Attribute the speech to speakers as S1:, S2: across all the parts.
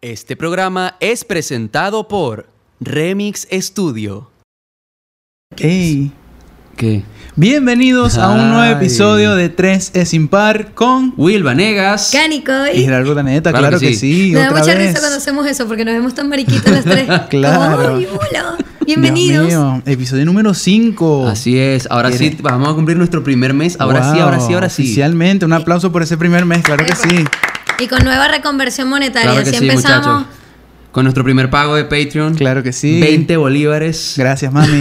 S1: Este programa es presentado por Remix Studio.
S2: Ey,
S1: ¿Qué?
S2: bienvenidos a un nuevo
S1: Ay.
S2: episodio de 3 es impar con
S1: Will Vanegas.
S2: y
S3: Canicoy.
S2: Gerardo Planeta,
S1: Claro
S2: claro,
S1: que
S2: que
S1: sí.
S2: sí.
S3: ¿eh? Me da
S2: otra
S3: mucha
S2: vez.
S3: risa cuando hacemos eso porque nos vemos tan mariquitas las tres.
S2: Claro.
S3: Como, "Ay, hola!
S2: Dios
S3: Bienvenidos.
S2: mío, episodio número 5.
S1: Así es, ahora sí
S2: Miren.
S1: vamos a cumplir nuestro primer mes. Ahora sí, ahora sí, ahora sí.
S2: Oficialmente, un aplauso por ese primer mes, claro que sí.
S3: Y con nueva reconversión monetaria.
S1: Claro que
S3: si
S1: sí,
S3: empezamos.
S1: muchachos. Con nuestro primer pago de Patreon.
S2: Claro que sí.
S1: 20 bolívares.
S2: Gracias, mami.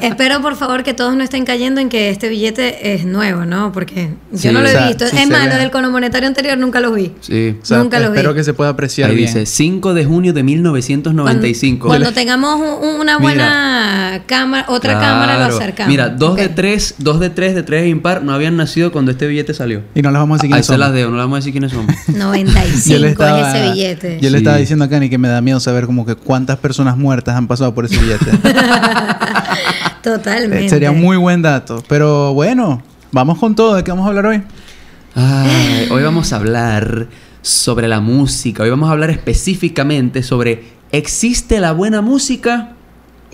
S3: Espero por favor que todos no estén cayendo en que este billete es nuevo, ¿no? Porque yo
S1: Sí,
S3: no lo
S1: o
S3: he
S2: sea,
S3: visto.
S2: sí se
S3: es más,
S2: ve.
S3: lo del cono monetario anterior nunca los vi.
S1: Sí.
S2: O sea,
S3: Nunca los vi.
S2: espero que se pueda apreciar
S1: Ahí
S2: bien.
S1: dice 5 de junio de
S3: Cuando-
S1: 1995.
S3: Cuando, tengamos un- un-
S2: Mira.
S3: una buena cámara, otra cámara lo
S1: Claro.
S3: acercamos.
S1: Mira, 2
S3: Ok.
S1: de 3, 2 de 3 de 3 impar no habían nacido cuando este billete salió.
S2: Y no las vamos a decir
S1: Ahí
S2: quiénes
S1: se las
S2: somos.
S1: debo, no le vamos a decir quiénes somos.
S3: 95 es ese billete.
S2: yo
S1: Sí.
S2: le estaba diciendo a Cani que me da miedo saber como que cuántas personas muertas han pasado por ese billete.
S3: Totalmente.
S2: Eh, Sería muy buen dato. Pero bueno, vamos con todo. ¿De qué vamos a hablar hoy?
S1: Ay, hoy vamos a hablar sobre la música. Hoy vamos a hablar específicamente sobre ¿existe la buena música?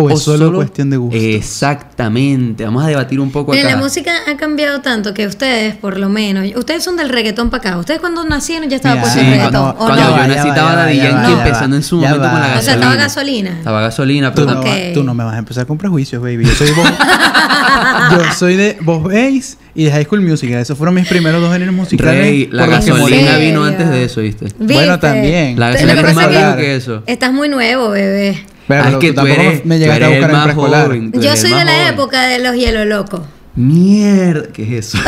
S2: ¿O es solo cuestión de gusto?
S1: Exactamente. Vamos a debatir un poco
S3: Mira,
S1: acá.
S3: Eh, la música ha cambiado tanto que ustedes, por lo menos, ustedes son del reggaetón para acá. Ustedes cuando nacieron ya estaba
S2: Mira,
S3: puesto
S1: Sí,
S3: el
S2: Ah,
S3: pues, reggaetón.
S1: cuando,
S2: no,
S3: ¿o
S1: cuando
S2: ya
S3: no?
S1: yo
S2: va, ya
S1: nací
S2: va,
S1: estaba
S2: ya
S1: Daddy
S2: va, ya
S1: Yankee
S2: va, ya
S1: empezando
S2: va.
S1: en su
S2: Ya
S1: momento
S2: va.
S1: con la
S2: O sea,
S1: gasolina.
S3: estaba gasolina.
S1: Estaba gasolina,
S2: Tú
S1: pero
S2: no,
S3: Ok.
S1: tampoco-
S2: va- tú no me vas a empezar con prejuicios, baby. Yo soy vos. yo soy de vos veis y de High School Musical. Esos fueron mis primeros dos géneros musicales.
S1: Rey, la
S2: por los que morí.
S1: gasolina
S3: morí.
S1: vino
S3: ¿En
S1: antes de
S3: serio?
S1: eso, ¿viste?
S3: ¿Viste?
S2: Bueno, también.
S1: La
S3: Pero
S1: gasolina
S3: lo que
S1: fue más
S3: pasa es
S1: viejo
S2: que-
S1: que eso.
S3: Estás muy nuevo, bebé.
S2: Pero
S1: Ay,
S2: tú
S1: Ah, que tú
S2: tampoco
S1: eres,
S2: me llegaste
S1: tú
S2: a
S1: eres el
S2: buscar en
S1: más
S2: preescolar.
S1: joven, tú
S3: Yo
S1: eres el
S3: soy
S1: más
S3: de la
S1: joven.
S3: época de los hielo locos.
S1: Mierda, ¿qué es eso?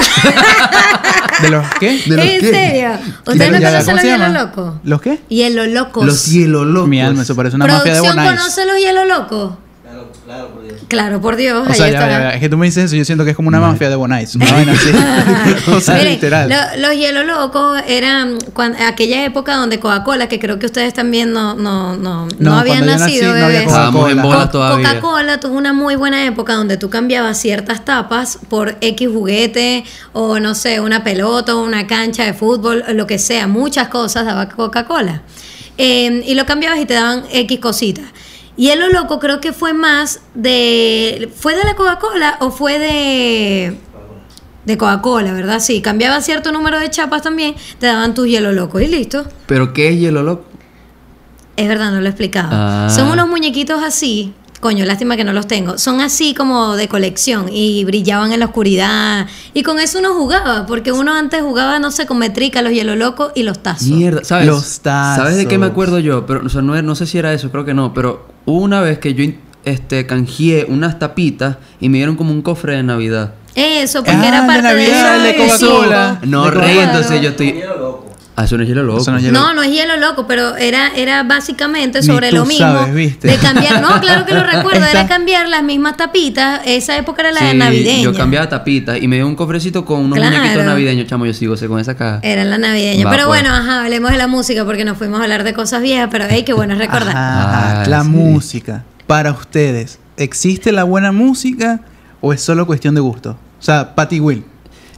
S2: ¿De los qué?
S1: ¿De los
S3: ¿En
S1: qué?
S3: serio?
S2: ¿De
S3: ¿Ustedes no
S2: ya va,
S3: conocen
S2: ¿cómo
S3: los
S2: se
S3: hielo
S2: llama?
S3: locos?
S2: ¿Los qué?
S3: Hielo locos.
S1: Los hielo locos.
S2: Mi alma, eso parece una mafia de
S3: ¿Producción
S2: One Ice.
S3: conoce los hielo locos? Claro, por Dios.
S2: O sea,
S3: ahí
S2: ya,
S3: está.
S2: ya, ya, es que tú me dices eso, yo siento que es como una mafia de One Ice. Una vaina así. o sea,
S3: Miren,
S2: literal.
S3: lo- los hielo locos eran cuan- aquella época donde Coca-Cola, que creo que ustedes también no, no, no, no,
S2: No,
S3: habían
S2: cuando yo nací,
S3: nacido,
S2: no había
S3: bebés.
S2: Coca-Cola.
S1: Estábamos en bola
S3: Co-
S1: todavía.
S3: Coca-Cola tuvo una muy buena época donde tú cambiabas ciertas tapas por X juguete o no sé, una pelota, una cancha de fútbol, lo que sea, muchas cosas daba Coca-Cola. Eh, y lo cambiabas y te daban X cositas. Y el loco creo que fue más de... ¿Fue de la Coca-Cola o fue de... De Coca-Cola, ¿verdad? Sí, cambiaban cierto número de chapas también, te daban tus hielo loco y listo.
S1: ¿Pero qué es hielo loco?
S3: Es verdad, no lo he explicado.
S1: Ah.
S3: Son unos muñequitos así. Coño, lástima que no los tengo. Son así como de colección y brillaban en la oscuridad. Y con eso uno jugaba, porque uno antes jugaba, no sé, con metrica, los hielo locos y los tazos.
S1: Mierda, ¿sabes?
S2: Los tazos.
S1: ¿Sabes de qué me acuerdo yo? Pero, o sea, no, no sé si era eso, creo que no, pero hubo una vez que yo este, canjeé unas tapitas y me dieron como un cofre de Navidad.
S3: Eso, porque
S2: Ah,
S3: era
S2: de
S3: parte de,
S2: Navidad,
S3: eso.
S2: de Coca-Cola.
S1: No,
S2: De
S1: rey,
S2: Coca-Cola.
S1: entonces yo estoy... Ah, eso no es hielo loco.
S2: Eso no es hielo-
S3: No, no es hielo loco, pero era, era básicamente
S2: Ni
S3: sobre
S2: tú
S3: lo mismo.
S2: sabes, ¿viste?
S3: De cambiar, no, claro que lo recuerdo,
S2: Está-
S3: era cambiar las mismas tapitas. Esa época era la de
S1: Sí,
S3: navideña.
S1: Yo cambiaba tapitas y me dio un cofrecito con unos
S3: Claro. Eh.
S1: muñequitos navideños, chamo, yo sigo sé, con esa caja.
S3: Era la navideña.
S1: Va,
S3: pero
S1: pues.
S3: bueno, ajá, hablemos de la música porque nos fuimos a hablar de cosas viejas, pero hey, qué bueno es recordar.
S2: Ajá,
S1: Ah,
S2: la
S1: sí.
S2: música. Para ustedes, ¿existe la buena música o es solo cuestión de gusto? O sea, Patty Will.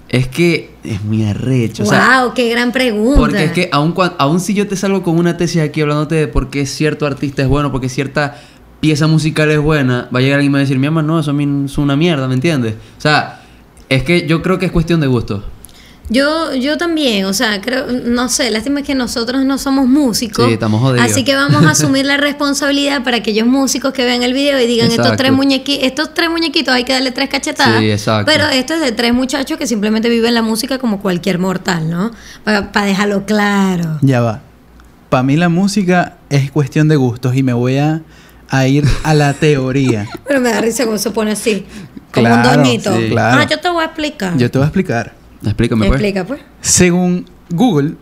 S1: Es que es muy arrecho, o
S3: wow,
S1: sea,
S3: qué gran pregunta.
S1: Porque es que aun, cuan- aun si yo te salgo con una tesis aquí hablándote de por qué cierto artista es bueno, porque cierta pieza musical es buena, va a llegar alguien y me va a decir, mi mamá, no, eso a mí es una mierda, ¿me entiendes? O sea, es que yo creo que es cuestión de gusto.
S3: yo, yo también, o sea, creo, no sé, lástima es que nosotros no somos músicos.
S1: Sí, estamos jodidos.
S3: Así que vamos a asumir la responsabilidad para aquellos músicos que vean el video y digan
S1: Exacto.
S3: estos tres muñequitos, estos tres muñequitos hay que darle tres cachetadas.
S1: Sí, exacto.
S3: Pero esto es de tres muchachos que simplemente viven la música como cualquier mortal, ¿no? Para dejarlo claro.
S2: Ya va. Para mí la música es cuestión de gustos y me voy a, a ir a la teoría.
S3: Pero me da risa cómo se pone así. Como
S2: Claro,
S3: un doñito.
S2: sí, claro.
S3: Ah, yo te voy a explicar.
S2: Yo te voy a explicar.
S1: Explícame, pues.
S3: Explica, pues.
S2: Según Google,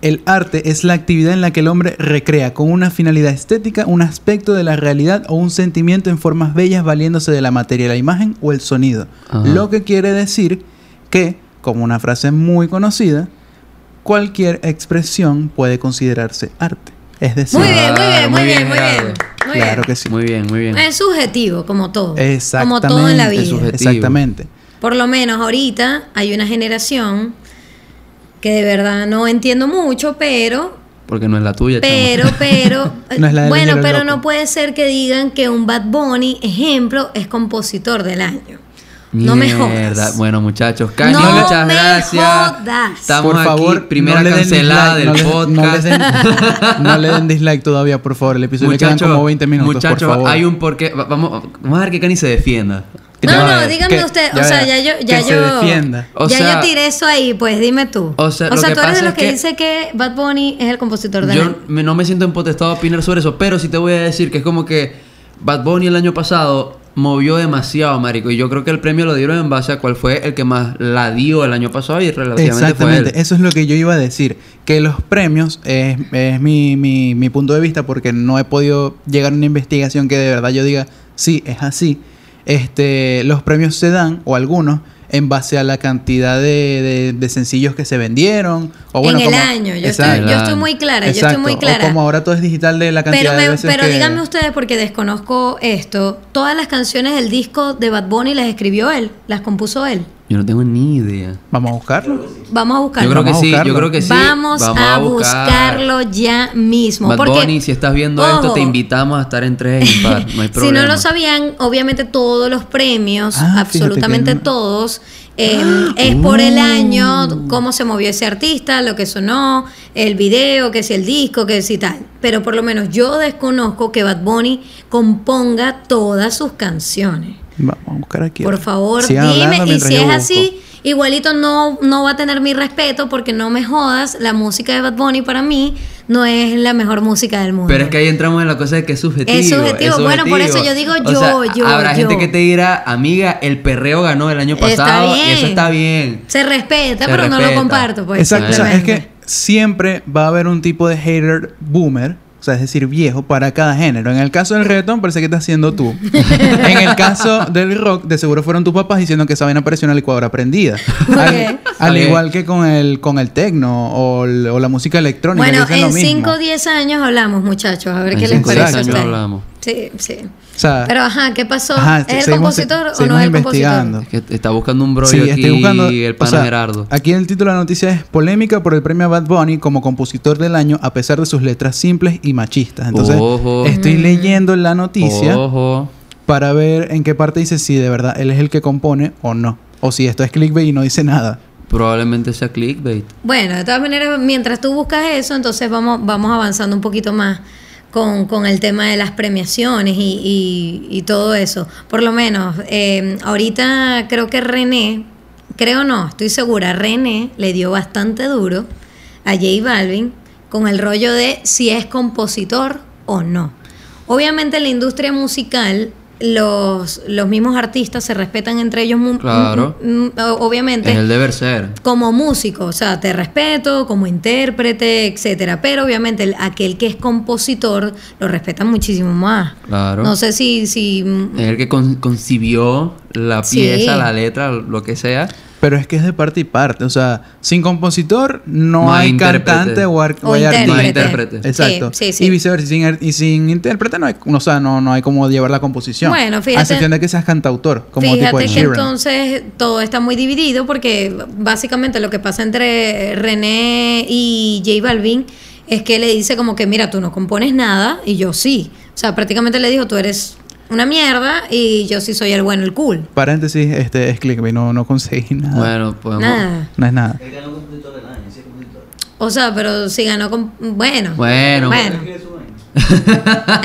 S2: el arte es la actividad en la que el hombre recrea con una finalidad estética un aspecto de la realidad o un sentimiento en formas bellas valiéndose de la materia, la imagen o el sonido.
S1: Ajá.
S2: Lo que quiere decir que, como una frase muy conocida, cualquier expresión puede considerarse arte. Es decir,
S3: Muy bien, muy
S1: Claro,
S3: bien,
S1: muy
S3: muy
S1: bien,
S3: bien,
S1: Gerardo.
S3: muy bien. Muy bien.
S2: Ah, claro que sí.
S1: Muy bien, muy bien.
S3: Es subjetivo, como todo. Como
S2: Exactamente.
S3: todo en la vida.
S1: es subjetivo.
S2: Exactamente.
S3: Por lo menos ahorita hay una generación que de verdad no entiendo mucho, pero
S1: Porque no es la tuya, chamo.
S3: Pero, pero,
S2: No es la del
S3: bueno,
S2: Ligero
S3: pero
S2: Loco.
S3: no puede ser que digan que un Bad Bunny, ejemplo, es compositor del año. No me
S1: Mierda.
S3: jodas.
S1: Bueno, muchachos, Caño,
S3: No
S1: muchas
S3: me
S1: gracias.
S3: jodas.
S1: Estamos
S2: por
S1: aquí,
S2: favor,
S1: primera
S2: no le den
S1: cancelada
S2: dislike,
S1: del
S2: no le-
S1: podcast.
S2: No le, den, no le den dislike todavía, por favor. El episodio le
S1: Muchachos,
S2: quedan como 20 minutos,
S1: muchachos,
S2: por favor.
S1: hay un porqué. Va- Vamos, vamos a ver que Cani se defienda. ¿Qué te
S3: No,
S1: va a
S3: no,
S1: ver?
S3: díganme
S2: que-
S3: usted,
S2: ya
S3: o sea, ya
S2: verás,
S3: yo, ya
S2: que se
S3: yo,
S2: defienda.
S1: O
S3: ya
S1: sea-
S3: yo tiré eso ahí, pues dime tú.
S1: O sea, lo que
S3: tú eres
S1: pasa
S3: de los
S1: es
S3: que,
S1: que-
S3: dice que Bad Bunny es el compositor del
S1: Yo
S3: año.
S1: me- no me siento empotestado a opinar sobre eso, pero sí te voy a decir que es como que Bad Bunny el año pasado movió demasiado, marico. Y yo creo que el premio lo dieron en base a cuál fue el que más la dio el año pasado y relativamente fue él.
S2: Exactamente, eso es lo que yo iba a decir. Que los premios es, es mi, mi, mi punto de vista porque no he podido llegar a una investigación que de verdad yo diga, sí, es así. Este, los premios se dan, o algunos, en base a la cantidad de, de- de sencillos que se vendieron. O bueno,
S3: en el
S2: como-
S3: año, yo
S2: Exacto.
S3: estoy, yo estoy muy clara, yo estoy
S2: Exacto,
S3: muy
S2: O
S3: clara.
S2: como ahora todo es digital de la cantidad
S3: Pero,
S2: de
S3: me-
S2: veces
S3: pero
S2: que-
S3: díganme ustedes, porque desconozco esto, todas las canciones del disco de Bad Bunny las escribió él, las compuso él.
S1: Yo no tengo ni idea.
S2: Vamos a buscarlo.
S3: Vamos a buscarlo.
S1: Yo creo que
S2: Vamos a
S1: sí, yo
S2: buscarlo.
S1: creo que sí.
S3: Vamos, a, buscarlo ya mismo.
S1: Bad
S3: porque,
S1: Bunny, si estás viendo esto, te
S3: ojo,
S1: invitamos a estar en tres y par. No hay
S3: Si
S1: problema.
S3: no lo sabían, obviamente todos los premios,
S2: Ah, fíjate Ah,
S3: absolutamente
S2: que no-
S3: todos, eh, es por el
S2: uh.
S3: año, cómo se movió ese artista, lo que sonó, el video, que si el disco, que si tal. Pero por lo menos yo desconozco que Bad Bunny componga todas sus canciones.
S2: Vamos a buscar aquí.
S3: Por favor,
S2: Sigan
S3: dime.
S2: hablando
S3: Y
S2: mientras
S3: si
S2: yo
S3: es
S2: busco.
S3: así, igualito no, no va a tener mi respeto porque no me jodas, la música de Bad Bunny para mí no es la mejor música del mundo.
S1: Pero es que ahí entramos en la cosa de que es subjetivo.
S3: Es subjetivo. Bueno, por eso yo digo
S1: O
S3: yo,
S1: sea,
S3: yo,
S1: Habrá
S3: yo.
S1: gente que te dirá, amiga, el perreo ganó el año
S3: Está
S1: pasado y eso
S3: bien.
S1: está bien.
S3: se respeta,
S1: Se
S3: pero no lo
S1: respeta.
S3: comparto. Pues,
S2: Exacto, o sea, es
S3: simplemente.
S2: que siempre va a haber un tipo de hater boomer, o sea, es decir, viejo para cada género. En el caso del reggaetón parece que estás siendo tú. en el caso del rock, de seguro fueron tus papás diciendo que esa vaina parecía una licuadora prendida. Al,
S3: Ok.
S2: al
S1: Ok.
S2: igual que con el con el tecno o, el- o la música electrónica.
S3: Bueno,
S2: dicen lo
S3: en
S2: mismo.
S3: 5 o 10 años hablamos, muchachos. A ver
S1: En
S3: qué les
S1: cinco o
S3: parece.
S2: diez
S3: a
S1: años
S3: ustedes.
S1: hablamos.
S3: Sí, sí.
S2: O sea,
S3: Pero ajá, ¿qué pasó?
S2: Ah. Ajá,
S3: ¿Es el
S2: seguimos-
S3: compositor o no
S2: seguimos
S3: es el
S2: investigando.
S3: compositor?
S1: Es que está buscando un brollo
S2: Sí,
S1: aquí
S2: estoy buscando.
S1: y el
S2: o
S1: pana
S2: sea,
S1: Gerardo.
S2: Aquí el título de la noticia es Polémica por el premio a Bad Bunny como compositor del año, a pesar de sus letras simples y machistas. Entonces,
S1: Ojo.
S3: Mm.
S2: estoy leyendo la noticia
S1: Ojo.
S2: para ver en qué parte dice si de verdad él es el que compone o no. O si esto es clickbait y no dice nada.
S1: Probablemente sea clickbait.
S3: Bueno, de todas maneras, mientras tú buscas eso, entonces vamos, vamos avanzando un poquito más con, con el tema de las premiaciones y, y- y todo eso. Por lo menos, eh, ahorita creo que René, creo no, estoy segura, René le dio bastante duro a J Balvin con el rollo de si es compositor o no. Obviamente en la industria musical los, los mismos artistas se respetan entre ellos mu-
S1: Claro.
S3: mm, mm, o- obviamente
S1: Es el deber ser.
S3: como músico, o sea, te respeto, como intérprete, etcétera. Pero obviamente el- aquel que es compositor lo respeta muchísimo más.
S1: Claro.
S3: No sé si, si mm,
S1: Es el que con- concibió la
S3: Sí.
S1: pieza, la letra, lo que sea.
S2: Pero es que es de parte y parte. O sea, sin compositor no,
S1: No hay
S2: hay
S1: intérprete.
S2: cantante o, ar-
S3: O
S2: o hay
S3: intérprete.
S2: artista.
S1: No hay intérprete.
S2: Exacto.
S3: Sí, sí, sí.
S2: Y viceversa. Y sin, ar- y sin intérprete no hay, o sea, no, no hay como llevar la composición.
S3: Bueno, fíjate-
S2: A excepción de que seas cantautor, como tipo
S3: fíjate
S2: de
S3: que entonces todo está muy dividido porque básicamente lo que pasa entre René y J Balvin es que le dice como que mira, tú no compones nada y yo sí. O sea, prácticamente le dijo, tú eres una mierda y yo sí soy el bueno, el cool.
S2: Paréntesis, este es clickbait, no, no conseguí nada.
S1: Bueno, podemos.
S3: Nada.
S2: No es nada.
S3: O sea, pero si ganó con... Bueno.
S1: Bueno.
S3: Él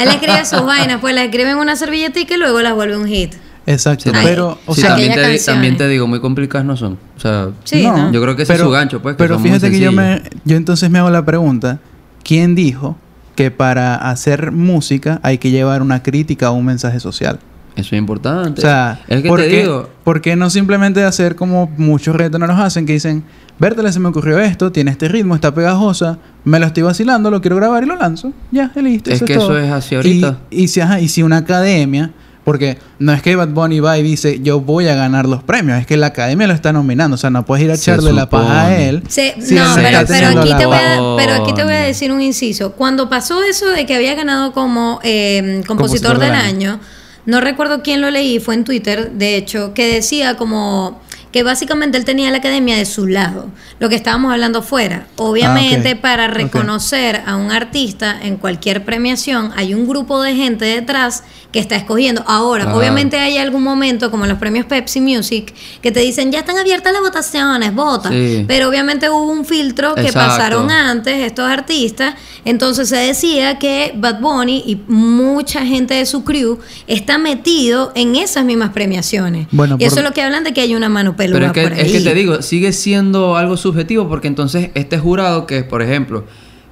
S3: escribe sus vainas, pues las escribe en una servilletica y luego las vuelve un hit.
S2: Exacto,
S3: Ay,
S2: pero, o
S1: Sí,
S2: sea,
S1: también, te,
S3: aquellas
S1: di- también
S3: canciones.
S1: te digo, muy complicadas no son. O sea,
S3: Sí, No, ¿no?
S1: yo creo que ese es su gancho, pues. que
S2: pero
S1: son muy
S2: fíjate que yo,
S1: sencillas.
S2: me, yo entonces me hago la pregunta, ¿quién dijo que para hacer música hay que llevar una crítica o un mensaje social?
S1: Eso es importante.
S2: O sea,
S1: es que
S2: ¿por,
S1: te
S2: qué,
S1: digo.
S2: por qué no simplemente hacer como muchos reggaetoneros hacen que dicen, Bertale se me ocurrió esto, tiene este ritmo, está pegajosa, me lo estoy vacilando, lo quiero grabar y lo lanzo. Ya, y listo.
S1: Es que eso
S2: todo".
S1: es así
S2: Y-
S1: ahorita.
S2: Y, si, ajá, y si una academia, porque no es que Bad Bunny va y dice, yo voy a ganar los premios, es que la academia lo está nominando, o sea, no puedes ir a
S1: Se
S2: echarle la paja a
S1: supone.
S2: él.
S3: Se-
S2: si
S3: no,
S2: él
S1: se
S3: pero,
S2: está
S1: está
S3: pero
S2: teniendo
S3: aquí
S2: la
S3: te voy
S2: paja.
S3: a, pero aquí te voy a
S1: Coño.
S3: decir un inciso. Cuando pasó eso de que había ganado como eh, compositor,
S2: Compositor del
S3: del
S2: año.
S3: año, no recuerdo quién lo leí, fue en Twitter, de hecho, que decía como que básicamente él tenía la academia de su lado, lo que estábamos hablando fuera. Obviamente
S2: Ah, ok.
S3: para
S2: Ok.
S3: reconocer a un artista en cualquier premiación hay un grupo de gente detrás que está escogiendo. Ahora,
S1: Ah.
S3: obviamente hay algún momento como en los premios Pepsi Music que te dicen ya están abiertas las votaciones, vota.
S1: Sí.
S3: Pero obviamente hubo un filtro que
S1: Exacto.
S3: pasaron antes estos artistas, entonces se decía que Bad Bunny y mucha gente de su crew está metido en esas mismas premiaciones.
S2: Bueno,
S3: y eso
S2: por-
S3: es lo que hablan de que hay una mano peluda
S1: Pero es que,
S3: por ahí.
S1: es que te digo, sigue siendo algo subjetivo porque entonces este jurado que, por ejemplo,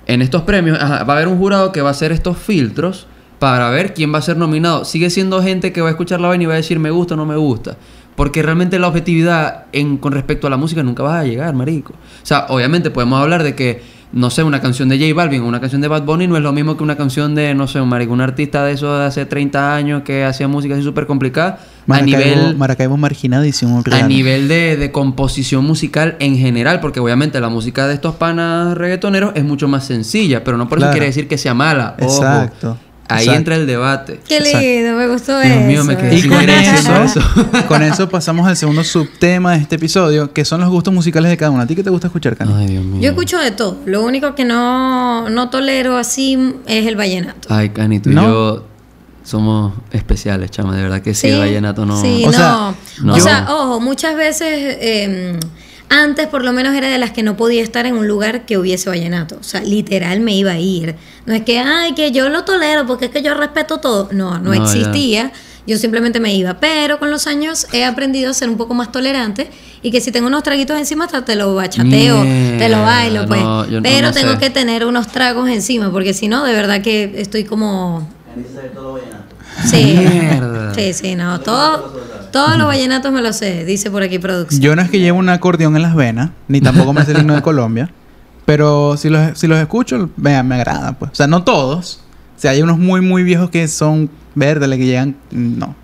S1: en estos premios, ajá, va a haber un jurado que va a hacer estos filtros para ver quién va a ser nominado. Sigue siendo gente que va a escuchar la vaina y va a decir me gusta o no me gusta. Porque realmente la objetividad en, con respecto a la música nunca vas a llegar, marico. O sea, obviamente podemos hablar de que, no sé, una canción de J Balvin o una canción de Bad Bunny no es lo mismo que una canción de, no sé, un marico, un artista de esos de hace 30 años que hacía música así súper complicada. A
S2: Maracaibo,
S1: nivel...
S2: Maracaibo marginadísimo.
S1: A
S2: real.
S1: nivel de, de composición musical en general, porque obviamente la música de estos panas reggaetoneros es mucho más sencilla, pero no por eso
S2: Claro.
S1: quiere decir que sea mala. Ojo.
S2: Exacto,
S1: Ahí
S2: exacto.
S1: entra el debate.
S3: Qué
S2: Exacto.
S3: lindo, me gustó
S1: Dios
S3: eso.
S1: mío, me quedé
S2: Y
S1: sin
S2: con
S1: aire diciendo
S2: eso,
S1: eso.
S2: con eso pasamos al segundo subtema de este episodio, que son los gustos musicales de cada uno. ¿A ti qué te gusta escuchar, Cani?
S1: Dios mío.
S3: Yo escucho de todo. Lo único que no, no tolero así es el vallenato.
S1: Ay, Cani, tú
S2: No.
S1: y yo somos especiales, chama. De verdad que sí, el vallenato no.
S3: Sí,
S2: O
S3: no.
S2: sea,
S1: no.
S3: O sea, ojo, muchas veces eh, antes por lo menos era de las que no podía estar en un lugar que hubiese vallenato. O sea, literal me iba a ir. No es que, ay, que yo lo tolero porque es que yo respeto todo. No,
S1: No,
S3: no,
S1: ya.
S3: existía. Yo simplemente me iba. Pero con los años he aprendido a ser un poco más tolerante y que si tengo unos traguitos encima, hasta te lo bachateo, te lo
S1: Mierda,
S3: bailo, pues.
S1: no, yo no-
S3: Pero
S1: no
S3: tengo
S1: sé.
S3: que tener unos tragos encima porque si no, de verdad que estoy como Sí.
S1: Mierda.
S3: Sí, sí, no. Todo, todos los vallenatos me lo sé, dice por aquí producción.
S2: Yo no es que llevo un acordeón en las venas, ni tampoco me sé el himno de Colombia, pero si los, si los escucho, me, me agrada, pues. O sea, no todos. O sea, hay unos muy, muy viejos que son verdes, que llegan, no.